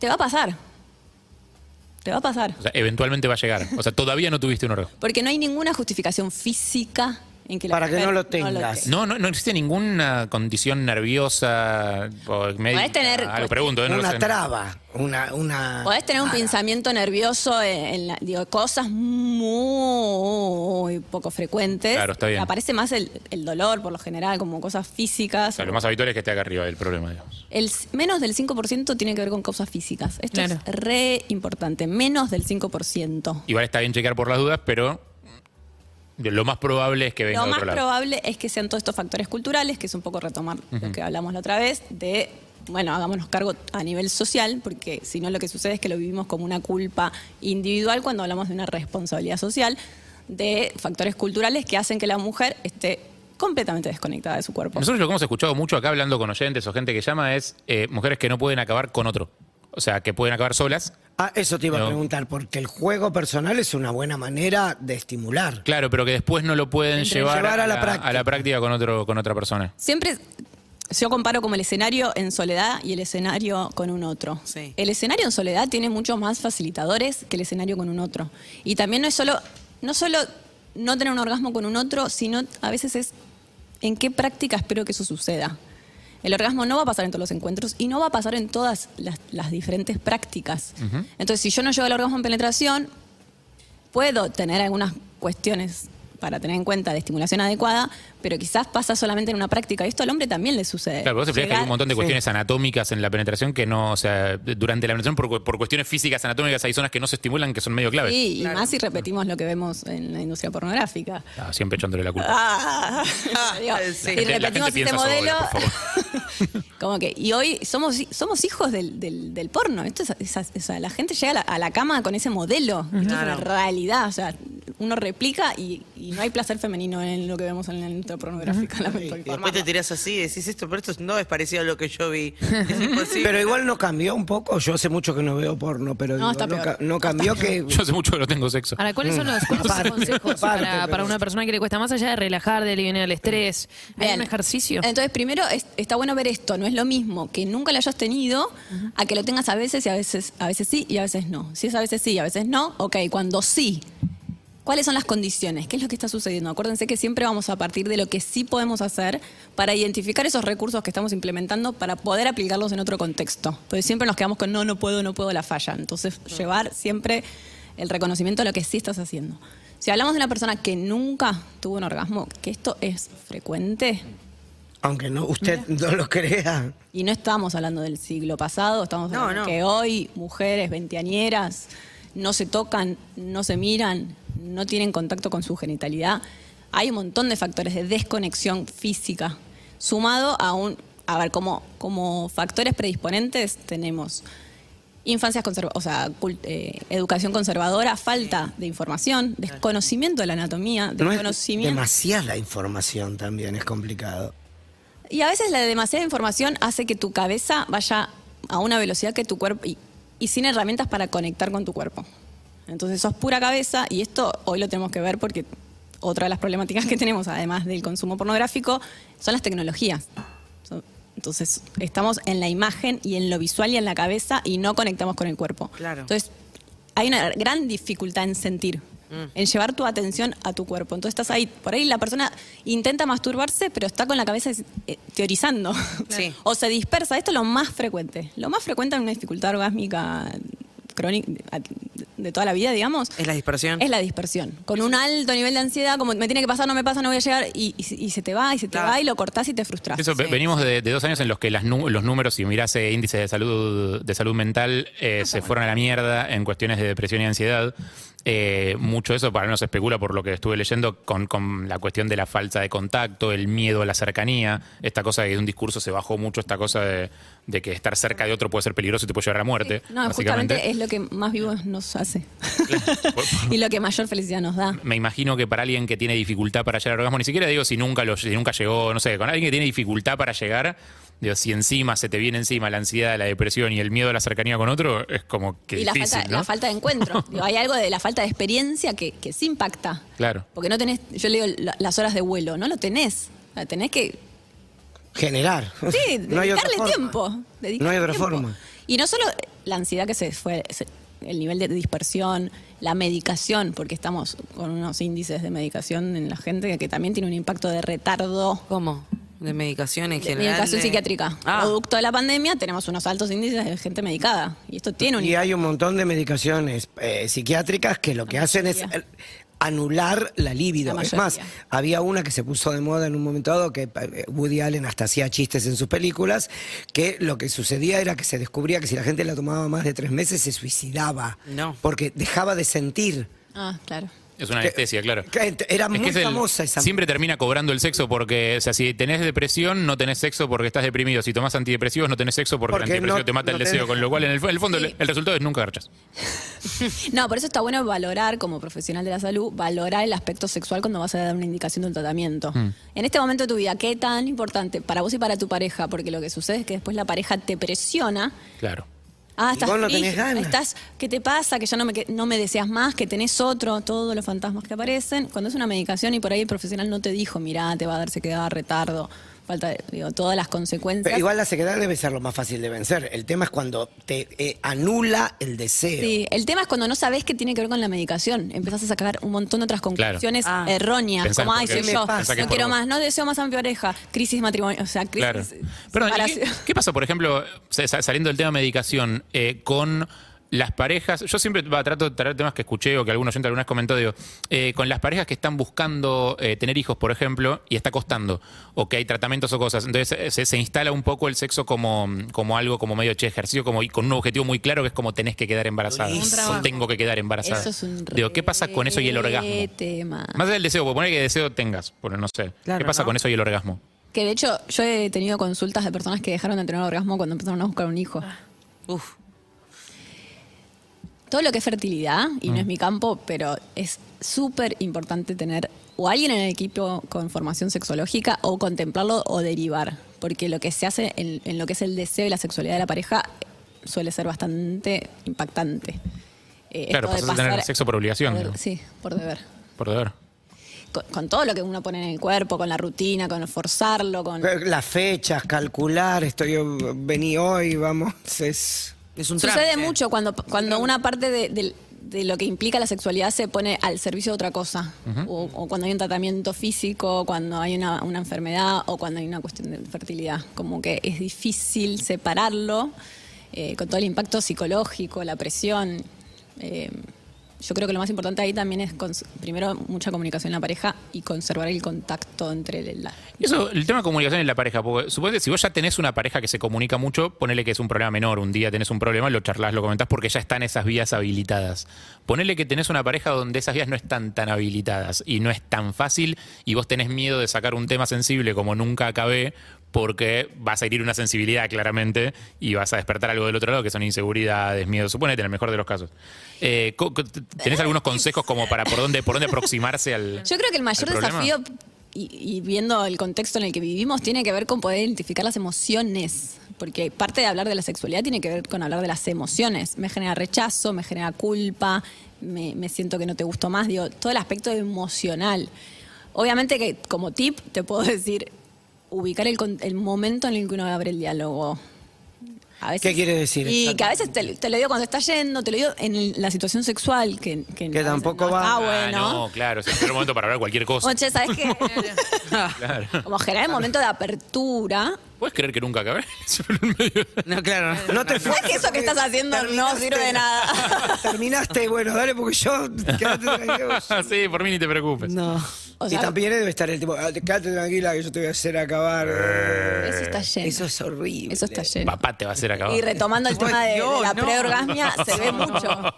Speaker 5: te va a pasar. Te va a pasar.
Speaker 1: O sea, eventualmente va a llegar. O sea, todavía no tuviste un orgasmo.
Speaker 5: Porque no hay ninguna justificación física en que la
Speaker 2: Para que
Speaker 5: mujer
Speaker 2: no lo tengas.
Speaker 1: No, no, no existe ninguna condición nerviosa o médica.
Speaker 5: Podés tener-
Speaker 1: Ah, lo pregunto, eh, no lo
Speaker 2: una
Speaker 1: sé.
Speaker 2: traba. Una, una. Ah,
Speaker 5: Podés tener un
Speaker 1: Ah,
Speaker 5: pensamiento nervioso en, en la- digo, cosas muy poco frecuentes.
Speaker 1: Claro, está bien.
Speaker 5: Aparece más el, el dolor, por lo general, como cosas
Speaker 1: O
Speaker 5: físicas.
Speaker 1: sea, lo más habitual es que esté acá arriba del problema, digamos.
Speaker 5: El, c- menos del 5% tiene que ver con causas físicas. Esto
Speaker 3: Claro.
Speaker 5: es re importante. Menos del 5%.
Speaker 1: Igual está bien chequear por las dudas, pero lo más probable es que venga
Speaker 5: Lo
Speaker 1: de
Speaker 5: más
Speaker 1: otro lado.
Speaker 5: probable es que sean todos estos factores culturales, que es un poco retomar lo que hablamos la otra vez, de, bueno, hagámonos cargo a nivel social, porque si no lo que sucede es que lo vivimos como una culpa individual cuando hablamos de una responsabilidad social, de factores culturales que hacen que la mujer esté completamente desconectada de su cuerpo.
Speaker 1: Nosotros lo que hemos escuchado mucho acá hablando con oyentes o gente que llama es eh, mujeres que no pueden acabar con otro. O sea, que pueden acabar solas.
Speaker 2: Ah, eso te iba
Speaker 1: No.
Speaker 2: a preguntar, porque el juego personal es una buena manera de estimular.
Speaker 1: Claro, pero que después no lo pueden llevar,
Speaker 2: llevar a la práctica.
Speaker 1: a la práctica con, otro, con otra persona.
Speaker 5: Siempre yo comparo como el escenario en soledad y el escenario con un otro.
Speaker 6: Sí.
Speaker 5: El escenario en soledad tiene muchos más facilitadores que el escenario con un otro. Y también no es solo, no solo no tener un orgasmo con un otro, sino a veces es en qué práctica espero que eso suceda. El orgasmo no va a pasar en todos los encuentros y no va a pasar en todas las, las diferentes prácticas. Entonces, si yo no llego al orgasmo en penetración, puedo tener algunas cuestiones para tener en cuenta de estimulación adecuada, pero quizás pasa solamente en una práctica. Y esto al hombre también le sucede.
Speaker 1: Claro, vos explicás que hay
Speaker 5: Eh, Llegar-
Speaker 1: un montón de cuestiones anatómicas en la penetración que no, o sea, durante la penetración por, por cuestiones físicas anatómicas hay zonas que no se estimulan que son medio claves.
Speaker 5: Sí, y más si repetimos lo que vemos en la industria pornográfica.
Speaker 1: Ah, siempre echándole la culpa.
Speaker 5: Ah, digo,
Speaker 6: sí.
Speaker 5: Si
Speaker 1: La gente- la
Speaker 5: repetimos
Speaker 1: gente
Speaker 5: este
Speaker 1: piensa
Speaker 5: modelo.
Speaker 1: sola, por
Speaker 5: como que, y hoy somos, somos hijos del, del- del porno. Esto es- es- o sea, la gente llega a la, a la cama con ese modelo. Esto es una realidad. O sea, uno replica y, y no hay placer femenino en lo que vemos en la industria pornográfica, lamento
Speaker 6: Y después te
Speaker 5: informarlo.
Speaker 6: tirás así y decís esto, pero esto no es parecido a lo que yo vi. Es imposible.
Speaker 2: Pero igual no cambió un poco. Yo hace mucho que no veo porno, pero digo,
Speaker 5: está
Speaker 2: no,
Speaker 5: peor.
Speaker 2: ca- no cambió que.
Speaker 1: Yo hace mucho que no tengo sexo.
Speaker 3: Ahora, ¿cuáles son los, cuáles son los
Speaker 2: Mm. Aparte,
Speaker 3: consejos
Speaker 2: aparte,
Speaker 3: para,
Speaker 2: pero-
Speaker 3: para una persona que le cuesta más allá de relajar, de aliviar el estrés? ¿Hay
Speaker 5: Bien.
Speaker 3: un ejercicio?
Speaker 5: Entonces, primero es- está bueno ver esto, no es lo mismo que nunca lo hayas tenido a que lo tengas a veces y a veces, a veces sí y a veces no. Si es a veces sí y a veces no, ok, cuando sí. ¿Cuáles son las condiciones? ¿Qué es lo que está sucediendo? Acuérdense que siempre vamos a partir de lo que sí podemos hacer para identificar esos recursos que estamos implementando para poder aplicarlos en otro contexto. Porque siempre nos quedamos con no, no puedo, no puedo la falla. Entonces, llevar siempre el reconocimiento de lo que sí estás haciendo. Si hablamos de una persona que nunca tuvo un orgasmo, que esto es frecuente,
Speaker 2: Aunque no, usted no lo crea.
Speaker 5: y no estamos hablando del siglo pasado, estamos
Speaker 6: No,
Speaker 5: hablando
Speaker 6: no.
Speaker 5: que hoy mujeres veinteañeras no se tocan, no se miran, no tienen contacto con su genitalidad. Hay un montón de factores de desconexión física, sumado a un, a ver, como, como factores predisponentes tenemos infancias conservadoras, o sea, cul- eh, educación conservadora, falta de información, desconocimiento de la anatomía,
Speaker 2: No es
Speaker 5: desconocimiento.
Speaker 2: demasiada información también, es complicado.
Speaker 5: Y a veces la demasiada información hace que tu cabeza vaya a una velocidad que tu cuerpo y, y sin herramientas para conectar con tu cuerpo. Entonces sos pura cabeza y esto hoy lo tenemos que ver porque otra de las problemáticas que tenemos, además del consumo pornográfico, son las tecnologías. So- Entonces estamos en la imagen y en lo visual y en la cabeza y no conectamos con el cuerpo.
Speaker 6: Claro.
Speaker 5: Entonces hay una gran dificultad en sentir,
Speaker 6: Mm.
Speaker 5: en llevar tu atención a tu cuerpo. Entonces estás ahí, por ahí la persona intenta masturbarse, pero está con la cabeza eh, teorizando.
Speaker 6: Sí.
Speaker 5: o se dispersa. Esto es lo más frecuente. Lo más frecuente en una dificultad orgásmica crónica de toda la vida, digamos.
Speaker 6: Es la dispersión.
Speaker 5: Es la dispersión. Con un alto nivel de ansiedad, como me tiene que pasar, no me pasa, no voy a llegar, y, y se- y se te va, y se te
Speaker 6: Claro.
Speaker 5: va, y lo cortás y te frustras.
Speaker 1: Eso, ve- venimos de, de dos años en los que las nu- los números, si mirás eh, índices de salud, de salud mental,
Speaker 5: Ah,
Speaker 1: eh, se fueron a la mierda en cuestiones de depresión y ansiedad. Eh, mucho de eso para no se especula por lo que estuve leyendo con, con la cuestión de la falta de contacto, el miedo a la cercanía, esta cosa de un discurso se bajó mucho, esta cosa de, de que estar cerca de otro puede ser peligroso y te puede llevar a la muerte.
Speaker 5: No,
Speaker 1: básicamente.
Speaker 5: justamente eh, es lo que más vivos nos hace. y lo que mayor felicidad nos da.
Speaker 1: me imagino que para alguien que tiene dificultad para llegar al orgasmo, ni siquiera digo si nunca, lo, si nunca llegó, no sé, con alguien que tiene dificultad para llegar, digo, si encima se te viene encima la ansiedad, la depresión y el miedo a la cercanía con otro, es como que
Speaker 5: y la
Speaker 1: difícil,
Speaker 5: falta,
Speaker 1: ¿no?
Speaker 5: la falta de encuentro. Digo, hay algo de la falta de experiencia que, que sí impacta.
Speaker 1: Claro.
Speaker 5: Porque no tenés, yo le digo la- las horas de vuelo, no lo tenés. O sea, Tenés que
Speaker 2: Generar.
Speaker 5: Sí,
Speaker 2: No hay otra
Speaker 5: dedicarle
Speaker 2: forma.
Speaker 5: tiempo. dedicarle
Speaker 2: No hay otra
Speaker 5: tiempo.
Speaker 2: forma.
Speaker 5: Y no solo la ansiedad que se fue, se- el nivel de dispersión, la medicación, porque estamos con unos índices de medicación en la gente que, que también tiene un impacto de retardo.
Speaker 6: ¿Cómo? De medicación en
Speaker 5: De
Speaker 6: general.
Speaker 5: medicación
Speaker 6: de-
Speaker 5: psiquiátrica.
Speaker 6: Ah,
Speaker 5: Producto de la pandemia tenemos unos altos índices de gente medicada. Y esto tiene un
Speaker 2: Y hay un montón de medicaciones eh, psiquiátricas que lo que hacen es
Speaker 5: mayoría.
Speaker 2: eh, anular la libido.
Speaker 5: La
Speaker 2: es más,
Speaker 5: mayoría.
Speaker 2: había una que se puso de moda en un momento dado que eh, Woody Allen hasta hacía chistes en sus películas, que lo que sucedía era que se descubría que si la gente la tomaba más de tres meses se suicidaba.
Speaker 6: No.
Speaker 2: Porque dejaba de sentir.
Speaker 5: Ah, claro.
Speaker 1: Es una anestesia, claro.
Speaker 2: Que Era
Speaker 1: Es que
Speaker 2: muy
Speaker 1: es el-
Speaker 2: famosa esa.
Speaker 1: Siempre termina cobrando el sexo porque, o sea, si tenés depresión, no tenés sexo porque estás deprimido. Si tomás antidepresivos, no tenés sexo porque, el
Speaker 2: Porque
Speaker 1: antidepresivo
Speaker 2: no-
Speaker 1: te mata
Speaker 2: no
Speaker 1: el deseo.
Speaker 2: tenés-
Speaker 1: Con lo cual, en el, en el fondo,
Speaker 5: Sí.
Speaker 1: el, el resultado es nunca garchas.
Speaker 5: No, por eso está bueno valorar, como profesional de la salud, valorar el aspecto sexual cuando vas a dar una indicación de un tratamiento. En este momento de tu vida, ¿qué tan importante para vos y para tu pareja? Porque lo que sucede es que después la pareja te presiona.
Speaker 1: Claro.
Speaker 5: Ah,
Speaker 2: Y
Speaker 5: estás,
Speaker 2: vos no
Speaker 5: frígida,
Speaker 2: tenés ganas.
Speaker 5: estás ¿Qué te pasa? Que ya no me, que- no me deseas más, que tenés otro, todos los fantasmas que aparecen. Cuando es una medicación y por ahí el profesional no te dijo, mirá, te va a dar sequedad, retardo, falta, de- digo, todas las consecuencias.
Speaker 2: Pero igual la sequedad debe ser lo más fácil de vencer. El tema es cuando te eh, anula el deseo.
Speaker 5: Sí, el tema es cuando no sabes qué tiene que ver con la medicación. Empezás a sacar un montón de otras conclusiones
Speaker 6: Ah.
Speaker 5: erróneas.
Speaker 1: Pensás
Speaker 5: como,
Speaker 1: por
Speaker 5: ay,
Speaker 1: qué
Speaker 5: soy
Speaker 1: me
Speaker 5: yo,
Speaker 1: pasa. Pensás que
Speaker 5: no
Speaker 1: es por
Speaker 5: quiero
Speaker 1: vos".
Speaker 5: más, no deseo más a mi pareja. Crisis matrimonio, o sea, crisis.
Speaker 1: Claro. Perdón, ¿y
Speaker 5: separación.
Speaker 1: ¿qué, qué pasa, por ejemplo, sa- sa- saliendo del tema medicación, eh, con las parejas? Yo siempre va, trato de traer temas que escuché o que algún oyente alguna vez comentó, digo, eh, con las parejas que están buscando eh, tener hijos, por ejemplo, y está costando, o que hay tratamientos o cosas. Entonces eh, se, se instala un poco el sexo como, como algo, como medio che, ejercicio, como y con un objetivo muy claro que es como tenés que quedar embarazada.
Speaker 2: Un
Speaker 1: O tengo que quedar embarazada.
Speaker 5: Eso es un
Speaker 1: digo, ¿qué pasa con eso y el
Speaker 5: re
Speaker 1: orgasmo?
Speaker 5: tema.
Speaker 1: Más allá del deseo, por poner que deseo tengas, por no sé.
Speaker 6: Claro,
Speaker 1: ¿Qué pasa
Speaker 6: ¿no?
Speaker 1: con eso y el orgasmo?
Speaker 5: Que de hecho, yo he tenido consultas de personas que dejaron de tener orgasmo cuando empezaron a buscar un hijo.
Speaker 6: Uf.
Speaker 5: todo lo que es fertilidad, y
Speaker 1: Mm.
Speaker 5: no es mi campo, pero es súper importante tener o alguien en el equipo con formación sexológica o contemplarlo o derivar, porque lo que se hace en, en lo que es el deseo y la sexualidad de la pareja eh, suele ser bastante impactante. Eh,
Speaker 1: Claro,
Speaker 5: esto de
Speaker 1: pasás a tener sexo por obligación,
Speaker 5: por-
Speaker 1: digo.
Speaker 5: sí, por deber
Speaker 1: Por deber.
Speaker 5: con, con todo lo que uno pone en el cuerpo, con la rutina, con forzarlo, con...
Speaker 2: Eh, Las fechas, calcular, estoy eh, vení hoy, vamos, es
Speaker 6: Es un
Speaker 5: Sucede
Speaker 6: trámite.
Speaker 5: mucho cuando, cuando una parte de, de- de lo que implica la sexualidad se pone al servicio de otra cosa. o, o cuando hay un tratamiento físico, cuando hay una, una enfermedad o cuando hay una cuestión de fertilidad. Como que es difícil separarlo eh, con todo el impacto psicológico, la presión. Eh, yo creo que lo más importante ahí también es, cons- primero, mucha comunicación en la pareja y conservar el contacto entre la,
Speaker 1: Y Eso, el tema de comunicación en la pareja, porque suponete, si vos ya tenés una pareja que se comunica mucho, ponele que es un problema menor, un día tenés un problema, lo charlás, lo comentás, porque ya están esas vías habilitadas. Ponele que tenés una pareja donde esas vías no están tan habilitadas y no es tan fácil y vos tenés miedo de sacar un tema sensible como nunca acabé, porque vas a herir una sensibilidad claramente y vas a despertar algo del otro lado que son inseguridades, miedo, suponete, en el mejor de los casos. Eh, co- co- ¿Tenés algunos consejos como para por dónde, por dónde aproximarse al
Speaker 5: Yo creo que el mayor
Speaker 1: al problema?
Speaker 5: desafío, y, y viendo el contexto en el que vivimos, tiene que ver con poder identificar las emociones. Porque parte de hablar de la sexualidad tiene que ver con hablar de las emociones. Me genera rechazo, me genera culpa, me, me siento que no te gusto más. Digo, todo el aspecto emocional. Obviamente que como tip te puedo decir ubicar el, con- el momento en el que uno abre el diálogo. A veces-
Speaker 2: ¿Qué quiere decir
Speaker 5: Y que a
Speaker 2: exactamente?
Speaker 5: veces te, te lo digo cuando estás yendo, te lo digo en el- la situación sexual, que, que, a veces
Speaker 2: tampoco
Speaker 5: no
Speaker 2: va.
Speaker 5: está
Speaker 2: Ah,
Speaker 5: bueno.
Speaker 1: Ah, no, claro, es el peor momento para hablar cualquier cosa.
Speaker 5: Oye, ¿sabes qué? Como generar el momento de apertura.
Speaker 1: ¿Puedes creer que nunca acabé?
Speaker 6: No, claro. no.
Speaker 2: No te
Speaker 5: ¿Sabes que eso que estás haciendo no
Speaker 2: Terminaste.
Speaker 5: sirve de nada?
Speaker 2: Terminaste, bueno, dale, porque yo. quédate tranquilo.
Speaker 1: sí, por mí ni te
Speaker 5: Pues,
Speaker 1: preocupes.
Speaker 6: No.
Speaker 5: O
Speaker 2: y
Speaker 5: sea,
Speaker 2: también debe estar el tipo, "Ah, quédate tranquila que yo te voy a hacer acabar.
Speaker 5: eso está lleno.
Speaker 2: Eso
Speaker 5: Eso,
Speaker 2: es horrible.
Speaker 5: está lleno.
Speaker 1: Papá te va a hacer acabar.
Speaker 5: Y retomando el tema de, de
Speaker 6: Dios,
Speaker 5: la
Speaker 6: no.
Speaker 5: preorgasmia, se ve mucho.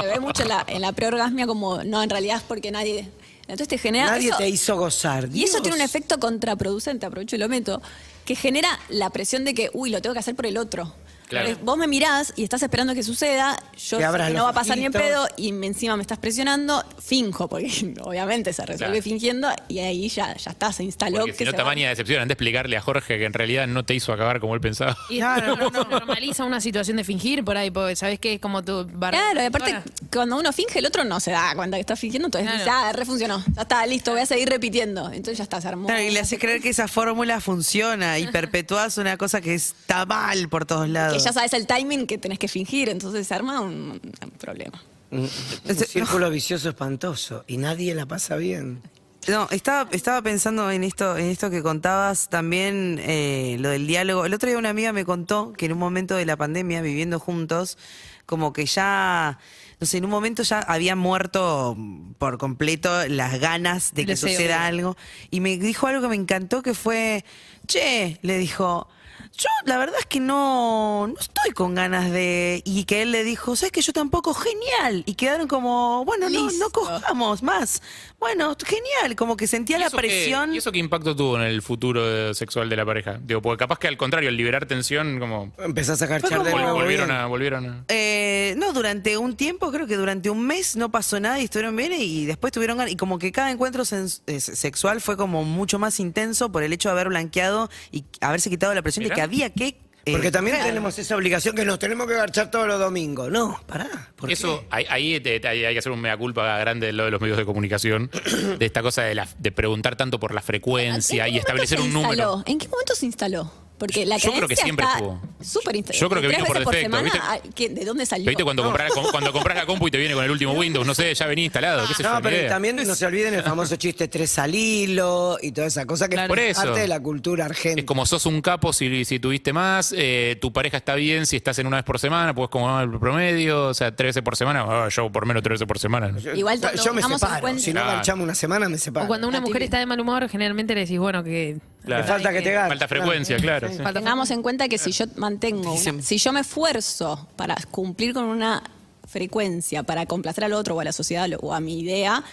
Speaker 5: Se ve mucho en la, en la preorgasmia como, no, en realidad es porque nadie... Entonces te genera...
Speaker 2: Nadie
Speaker 5: eso-
Speaker 2: te hizo gozar.
Speaker 5: Y eso
Speaker 2: Dios.
Speaker 5: tiene un efecto contraproducente, aprovecho y lo meto, que genera la presión de que, uy, lo tengo que hacer por el otro.
Speaker 1: Claro.
Speaker 5: Porque Vos me mirás y estás esperando que suceda, yo
Speaker 2: Que
Speaker 5: sé
Speaker 2: abras
Speaker 5: que
Speaker 2: los
Speaker 5: no va a pasar ni en
Speaker 2: ojitos.
Speaker 5: pedo y me- encima me estás presionando, finjo, porque obviamente se resuelve
Speaker 1: Claro.
Speaker 5: fingiendo y ahí ya, ya está, se instaló.
Speaker 1: Porque si
Speaker 5: que
Speaker 1: no,
Speaker 5: se
Speaker 1: tamaña
Speaker 5: va.
Speaker 1: decepción. Anda a explicarle a Jorge que en realidad no te hizo acabar como él pensaba.
Speaker 3: Y normaliza una situación de fingir por ahí, porque sabés que es como tu barra.
Speaker 5: Claro, y aparte, cuando uno finge, el otro no se da cuenta que está fingiendo, entonces
Speaker 3: Claro.
Speaker 5: dice, ah, refuncionó, ya está, listo, voy a seguir repitiendo. Entonces ya está, se armó.
Speaker 6: Claro, y le haces creer que esa fórmula funciona y perpetuás una cosa que está mal por todos
Speaker 5: que
Speaker 6: lados.
Speaker 5: ya sabes el timing que tenés que fingir, entonces se arma un- un problema.
Speaker 2: Un círculo vicioso espantoso y nadie la pasa bien.
Speaker 6: No, estaba, estaba pensando en esto, en esto que contabas también, eh, lo del diálogo. El otro día una amiga me contó que en un momento de la pandemia, viviendo juntos, como que ya, no sé, en un momento ya había muerto por completo las ganas de que
Speaker 3: Deseo.
Speaker 6: suceda algo. Y me dijo algo que me encantó que fue, che, le dijo. Yo la verdad es que no, no estoy con ganas de... Y que él le dijo, ¿sabes que yo tampoco? Genial. Y quedaron como, bueno, no, no
Speaker 5: Listo.
Speaker 6: cojamos más. Bueno, genial, como que sentía
Speaker 1: ¿Y
Speaker 6: la
Speaker 1: eso qué-
Speaker 6: presión.
Speaker 1: ¿Y eso qué impacto tuvo en el futuro de- sexual de la pareja? Digo, porque capaz que al contrario, al liberar tensión, como.
Speaker 2: Empezás a carchar
Speaker 6: como-
Speaker 2: de
Speaker 1: vol-
Speaker 2: nuevo.
Speaker 1: volvieron
Speaker 2: bien.
Speaker 1: a. Volvieron a.
Speaker 6: Eh, no, durante un tiempo, creo que durante un mes no pasó nada y estuvieron bien y después tuvieron ganas. Y como que cada encuentro sens- eh, se- sexual fue como mucho más intenso por el hecho de haber blanqueado y haberse quitado la presión
Speaker 1: Mirá.
Speaker 6: de que había que... eh,
Speaker 2: Porque también tenemos esa obligación que nos tenemos que garchar todos los domingos. No, pará. ¿por qué?
Speaker 1: Eso, ahí, ahí te- te- hay hay que hacer un mea culpa grande de lo de los medios de comunicación, de esta cosa de, la- de preguntar tanto por la frecuencia
Speaker 5: Ah,
Speaker 1: y
Speaker 5: ¿En qué momento
Speaker 1: establecer
Speaker 5: se
Speaker 1: un número.
Speaker 5: instaló? ¿En qué momento se instaló? Porque la
Speaker 1: Yo creo que
Speaker 5: creencia
Speaker 1: siempre
Speaker 5: está
Speaker 1: estuvo.
Speaker 5: Súper instalada.
Speaker 1: Yo creo que
Speaker 5: Tres
Speaker 1: vino por
Speaker 5: veces
Speaker 1: defecto,
Speaker 5: semana,
Speaker 1: ¿viste?
Speaker 5: ah, ¿qué- ¿De dónde salió?
Speaker 1: ¿Viste cuando, compras, cuando compras la compu y te viene con el último Windows? No sé, ya venía instalado. ¿qué sé yo,
Speaker 2: No,
Speaker 1: ni
Speaker 2: pero
Speaker 1: idea.
Speaker 2: también no se olviden el famoso chiste tres al hilo y toda esa cosa que
Speaker 1: Claro. Por
Speaker 2: es
Speaker 1: eso.
Speaker 2: parte de la cultura argentina.
Speaker 1: Es como sos un capo si, si tuviste más, eh, tu pareja está bien si estás en una vez por semana, pues como el promedio, o sea, tres veces por semana, ah, yo por menos tres veces por semana. ¿no?
Speaker 5: Igual
Speaker 2: Yo-
Speaker 5: cuando
Speaker 2: yo me
Speaker 5: tengamos en
Speaker 2: separo.
Speaker 5: cuenta-
Speaker 2: Si no
Speaker 1: Claro.
Speaker 2: garchamos una semana, me separo.
Speaker 3: O cuando una
Speaker 5: Ah,
Speaker 3: mujer
Speaker 5: tibio.
Speaker 3: está de mal humor, generalmente le decís, bueno, que.
Speaker 1: Claro.
Speaker 2: Falta que te garche.
Speaker 1: Falta frecuencia, claro. sí.
Speaker 3: Falta
Speaker 5: Tengamos en cuenta que si yo mantengo, una-
Speaker 6: Dicen-
Speaker 5: si yo me esfuerzo para cumplir con una frecuencia, para complacer al otro o a la sociedad o a mi idea,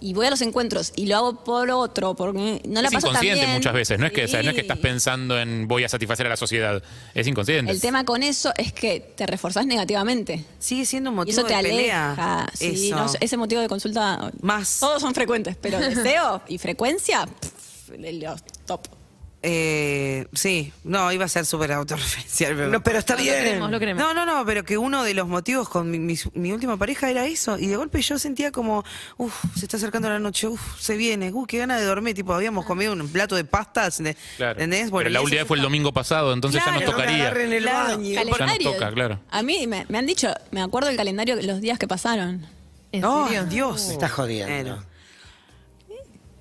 Speaker 5: y voy a los encuentros y lo hago por otro, porque no la
Speaker 1: es
Speaker 5: paso tan
Speaker 1: inconsciente
Speaker 5: bien.
Speaker 1: muchas veces, no es, que, o sea, no es que
Speaker 5: Sí.
Speaker 1: estás pensando en voy a satisfacer a la sociedad, es inconsciente.
Speaker 5: El tema con eso es que te reforzás negativamente.
Speaker 6: Sigue siendo un
Speaker 5: Y
Speaker 6: motivo
Speaker 5: eso te
Speaker 6: de pelea.
Speaker 5: aleja. Sí,
Speaker 6: Eso.
Speaker 5: no sé, ese motivo de consulta.
Speaker 6: Más.
Speaker 5: Todos son frecuentes, pero deseo y frecuencia, pff, los top.
Speaker 6: Eh, sí, no, iba a ser súper autorreferencial. pero-
Speaker 2: No, pero está
Speaker 3: Lo
Speaker 2: bien.
Speaker 3: queremos, lo queremos.
Speaker 6: No, no, no, pero que uno de los motivos con mi, mi- mi última pareja era eso. Y de golpe yo sentía como, uff, se está acercando la noche, uff, se viene, uff, qué gana de dormir. Tipo, habíamos comido un plato de pastas, ¿ent-
Speaker 1: Claro.
Speaker 6: ¿entendés?
Speaker 1: Pero la
Speaker 6: Boloñesa.
Speaker 1: última vez fue el domingo pasado, entonces
Speaker 6: Claro,
Speaker 1: ya
Speaker 2: no
Speaker 1: nos
Speaker 2: me
Speaker 1: tocaría.
Speaker 2: agarren el
Speaker 6: Claro.
Speaker 2: baño.
Speaker 1: Cale-
Speaker 5: Calendario.
Speaker 1: toca, claro.
Speaker 5: A mí me, me han dicho, me acuerdo el calendario, los días que pasaron.
Speaker 3: ¿En
Speaker 6: ¡Oh,
Speaker 3: serio?
Speaker 6: Dios!
Speaker 2: Me estás jodiendo.
Speaker 6: Bueno.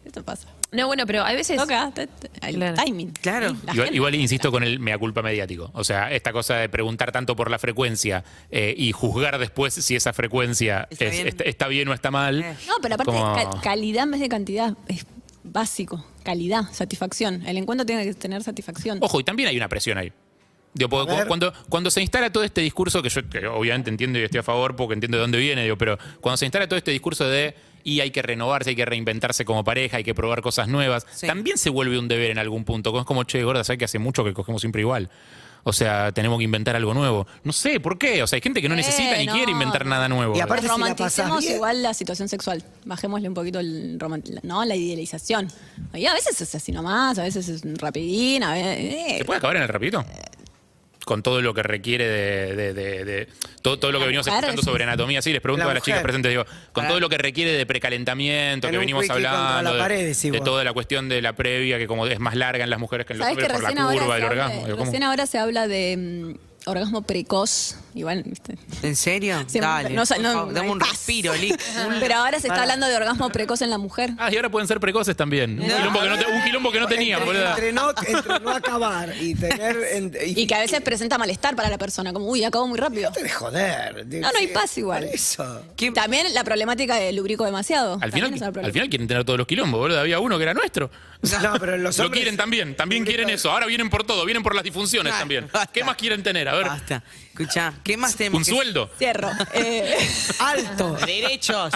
Speaker 5: Esto pasa.
Speaker 3: No, bueno, pero hay veces.
Speaker 5: Toca, te- te- el
Speaker 3: Claro.
Speaker 5: timing.
Speaker 6: Claro.
Speaker 5: Sí, la
Speaker 1: Igual,
Speaker 5: gente-
Speaker 1: igual insisto con el mea culpa mediático. O sea, esta cosa de preguntar tanto por la frecuencia eh, y juzgar después si esa frecuencia es-
Speaker 6: Está
Speaker 1: está,
Speaker 6: bien.
Speaker 1: está bien o está mal.
Speaker 6: Eh.
Speaker 5: No, pero aparte,
Speaker 1: Como-
Speaker 5: ca- calidad en vez de cantidad es básico. Calidad, satisfacción. El encuentro tiene que tener satisfacción.
Speaker 1: Ojo, y también hay una presión ahí. Digo, porque
Speaker 2: A
Speaker 1: cu-
Speaker 2: ver.
Speaker 1: cuando, cuando se instala todo este discurso, que yo que obviamente entiendo y estoy a favor porque entiendo de dónde viene, digo, pero cuando se instala todo este discurso de y hay que renovarse, hay que reinventarse como pareja, hay que probar cosas nuevas,
Speaker 6: Sí.
Speaker 1: también se vuelve un deber en algún punto. Es como, che, gorda, ¿sabes que hace mucho que cogemos siempre igual? O sea, tenemos que inventar algo nuevo. No sé, ¿por qué? O sea, hay gente que no
Speaker 5: Eh,
Speaker 1: necesita ni
Speaker 5: no.
Speaker 1: quiere inventar nada nuevo.
Speaker 2: Y aparte- si la pasás
Speaker 5: romanticemos
Speaker 2: bien.
Speaker 5: igual la situación sexual. Bajémosle un poquito el roman- la- no, la idealización. Y a veces es así nomás, a veces es un rapidín, a eh, veces...
Speaker 1: ¿Se puede acabar en el rapidito? Con todo lo que requiere de... de- de- de- todo, todo lo que
Speaker 5: La
Speaker 1: venimos
Speaker 5: mujer.
Speaker 1: escuchando sobre anatomía. Sí, les pregunto
Speaker 2: La
Speaker 1: a las chicas
Speaker 2: mujer.
Speaker 1: presentes, digo, con
Speaker 6: Pará.
Speaker 1: todo lo que requiere de precalentamiento,
Speaker 2: En
Speaker 1: que
Speaker 2: un
Speaker 1: venimos
Speaker 2: wiki contra
Speaker 1: hablando,
Speaker 2: la
Speaker 1: de,
Speaker 2: pared, decís
Speaker 1: de
Speaker 2: vos.
Speaker 1: toda la cuestión de la previa, que como es más larga en las mujeres que en los
Speaker 5: ¿Sabes que
Speaker 1: hombres por la
Speaker 5: recién, ahora,
Speaker 1: curva
Speaker 5: se
Speaker 1: del
Speaker 5: habla-
Speaker 1: orgasmo. Digo, ¿cómo?
Speaker 5: recién ahora se habla de mm, orgasmo precoz? Igual, ¿viste?
Speaker 6: ¿En serio?
Speaker 5: Siempre-
Speaker 6: Dale.
Speaker 5: no sa-
Speaker 6: por
Speaker 5: no-
Speaker 6: favor,
Speaker 5: no
Speaker 6: dame
Speaker 5: hay
Speaker 6: un
Speaker 5: paz.
Speaker 6: respiro, Lick. Un-
Speaker 5: Pero ahora se está hablando de orgasmo precoz en la mujer.
Speaker 1: Ah, y ahora pueden ser precoces también. Un, quilombo, que no te- un quilombo que no tenía,
Speaker 2: entre,
Speaker 1: boluda.
Speaker 2: entre no, entre no acabar y tener. en-
Speaker 5: Y que a veces presenta malestar para la persona, como, uy, acabo muy rápido.
Speaker 2: Dejate de joder.
Speaker 5: No, no hay paz igual.
Speaker 2: Por eso.
Speaker 5: También la problemática de lubrico demasiado.
Speaker 1: Al
Speaker 5: También
Speaker 1: final,
Speaker 5: es una
Speaker 1: al
Speaker 5: problemática.
Speaker 1: final quieren tener todos los quilombos, boludo. Había uno que era nuestro.
Speaker 2: No, pero los
Speaker 1: Lo
Speaker 2: hombres-
Speaker 1: quieren también, también quieren eso. Ahora vienen por todo, vienen por las difunciones
Speaker 6: Ay,
Speaker 1: también.
Speaker 6: basta.
Speaker 1: ¿Qué más quieren tener? A ver,
Speaker 6: Basta. Escuchá, ¿qué más tenemos?
Speaker 1: un
Speaker 6: que-
Speaker 1: sueldo.
Speaker 5: Cierro. Eh,
Speaker 6: ¡Alto!
Speaker 4: Derechos.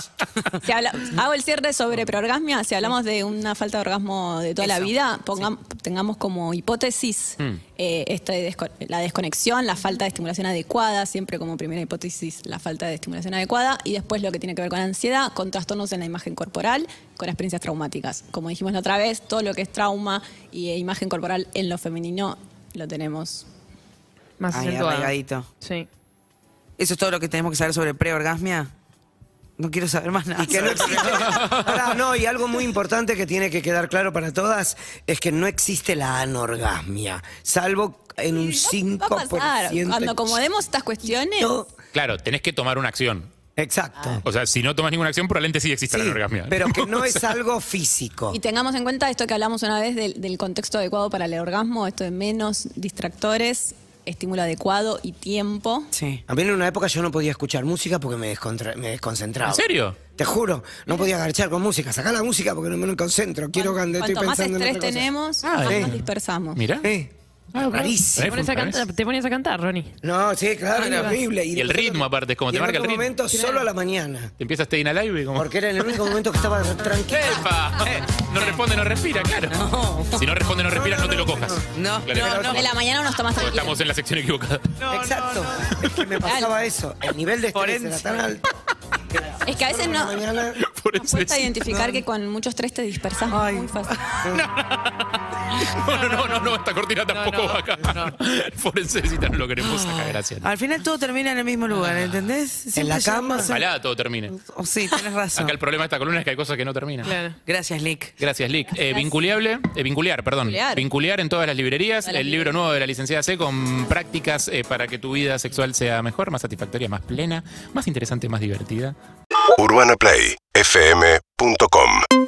Speaker 5: si habla- hago el cierre sobre preorgasmia. Si hablamos de una falta de orgasmo de toda la
Speaker 6: Eso,
Speaker 5: vida, pongam- tengamos como hipótesis eh, esta de desco- la desconexión, la falta de estimulación adecuada, siempre como primera hipótesis la falta de estimulación adecuada, y después lo que tiene que ver con ansiedad, con trastornos en la imagen corporal, con experiencias traumáticas. Como dijimos la otra vez, todo lo que es trauma y eh, imagen corporal en lo femenino lo tenemos
Speaker 3: Más
Speaker 6: Ay,
Speaker 3: acentuado.
Speaker 6: arraigadito.
Speaker 3: Sí.
Speaker 6: ¿Eso es todo lo que tenemos que saber sobre preorgasmia? No quiero saber más nada.
Speaker 2: Y que no existe. Pará, no, y algo muy importante que tiene que quedar claro para todas es que no existe la anorgasmia, salvo en un 5%.
Speaker 5: Va a pasar. Cuando acomodemos estas cuestiones,
Speaker 1: Claro, tenés que tomar una acción.
Speaker 2: Exacto.
Speaker 5: Ah.
Speaker 1: O sea, si no tomas ninguna acción, probablemente sí exista
Speaker 2: Sí,
Speaker 1: la anorgasmia. ¿eh?
Speaker 2: pero que no
Speaker 1: O
Speaker 2: es
Speaker 1: sea,
Speaker 2: algo físico.
Speaker 5: y tengamos en cuenta esto que hablamos una vez del, del contexto adecuado para el orgasmo, esto de menos distractores, estímulo adecuado y tiempo.
Speaker 6: Sí.
Speaker 2: A mí en una época yo no podía escuchar música porque me, descontra- me desconcentraba.
Speaker 1: ¿En serio?
Speaker 2: Te juro, no podía agarchar con música. Sacá la música porque no me concentro. Quiero
Speaker 5: Cuan-
Speaker 2: cuando estoy
Speaker 5: Cuanto más
Speaker 2: pensando en
Speaker 5: estrés
Speaker 2: otra cosa.
Speaker 5: tenemos,
Speaker 1: Ah,
Speaker 5: más
Speaker 1: sí.
Speaker 5: nos dispersamos.
Speaker 1: Mirá.
Speaker 2: Eh, rarísimo.
Speaker 1: ¿Eh?
Speaker 3: Te pones, a
Speaker 1: ¿Ves?
Speaker 3: cantar, te pones a cantar, Ronnie.
Speaker 2: No, sí, claro, era horrible.
Speaker 1: Y el
Speaker 2: después-
Speaker 1: ritmo, aparte, es como
Speaker 2: y
Speaker 1: te
Speaker 2: en
Speaker 1: marca el
Speaker 2: otro
Speaker 1: ritmo.
Speaker 2: momento solo a la mañana.
Speaker 1: Te empiezas a estar inalive y como...
Speaker 2: Porque era el único momento que estaba tranquilo.
Speaker 1: ¡Epa! Eh, No responde, no respira, claro. Si no responde, no respira, no, te lo cojas.
Speaker 6: No,
Speaker 1: Claro,
Speaker 6: no,
Speaker 1: estamos-
Speaker 5: De la mañana nos tomás tranquilo.
Speaker 1: Estamos en la sección equivocada.
Speaker 2: Exacto. Es que me pasaba eso. El nivel de estrés era tan alto.
Speaker 5: Es que a veces
Speaker 2: A
Speaker 5: no.
Speaker 2: la mañana.
Speaker 1: Por
Speaker 5: Nos
Speaker 1: eso
Speaker 5: cuesta
Speaker 1: es-
Speaker 5: identificar que con mucho estrés te dispersas muy fácil.
Speaker 1: No, no, no, no, no, esta cortina tampoco va acá. Forensécita no lo queremos acá, gracias.
Speaker 6: Al final todo termina en el mismo lugar, ¿entendés? Siempre
Speaker 2: la
Speaker 6: llega-
Speaker 2: cama.
Speaker 1: Ojalá todo termine.
Speaker 6: Oh, sí, tenés razón.
Speaker 1: Acá el problema de esta columna es que hay cosas que no terminan.
Speaker 3: Claro.
Speaker 6: Gracias, Lick.
Speaker 1: Gracias, Lick. Eh, vinculiable, eh, vinculiar, perdón.
Speaker 5: Vinculiar.
Speaker 1: Vinculiar en todas las librerías.
Speaker 5: Todas las
Speaker 1: el libro nuevo de la licenciada C con prácticas eh, para que tu vida sexual sea mejor, más satisfactoria, más plena, más interesante, más divertida.
Speaker 7: UrbanaPlayFM.com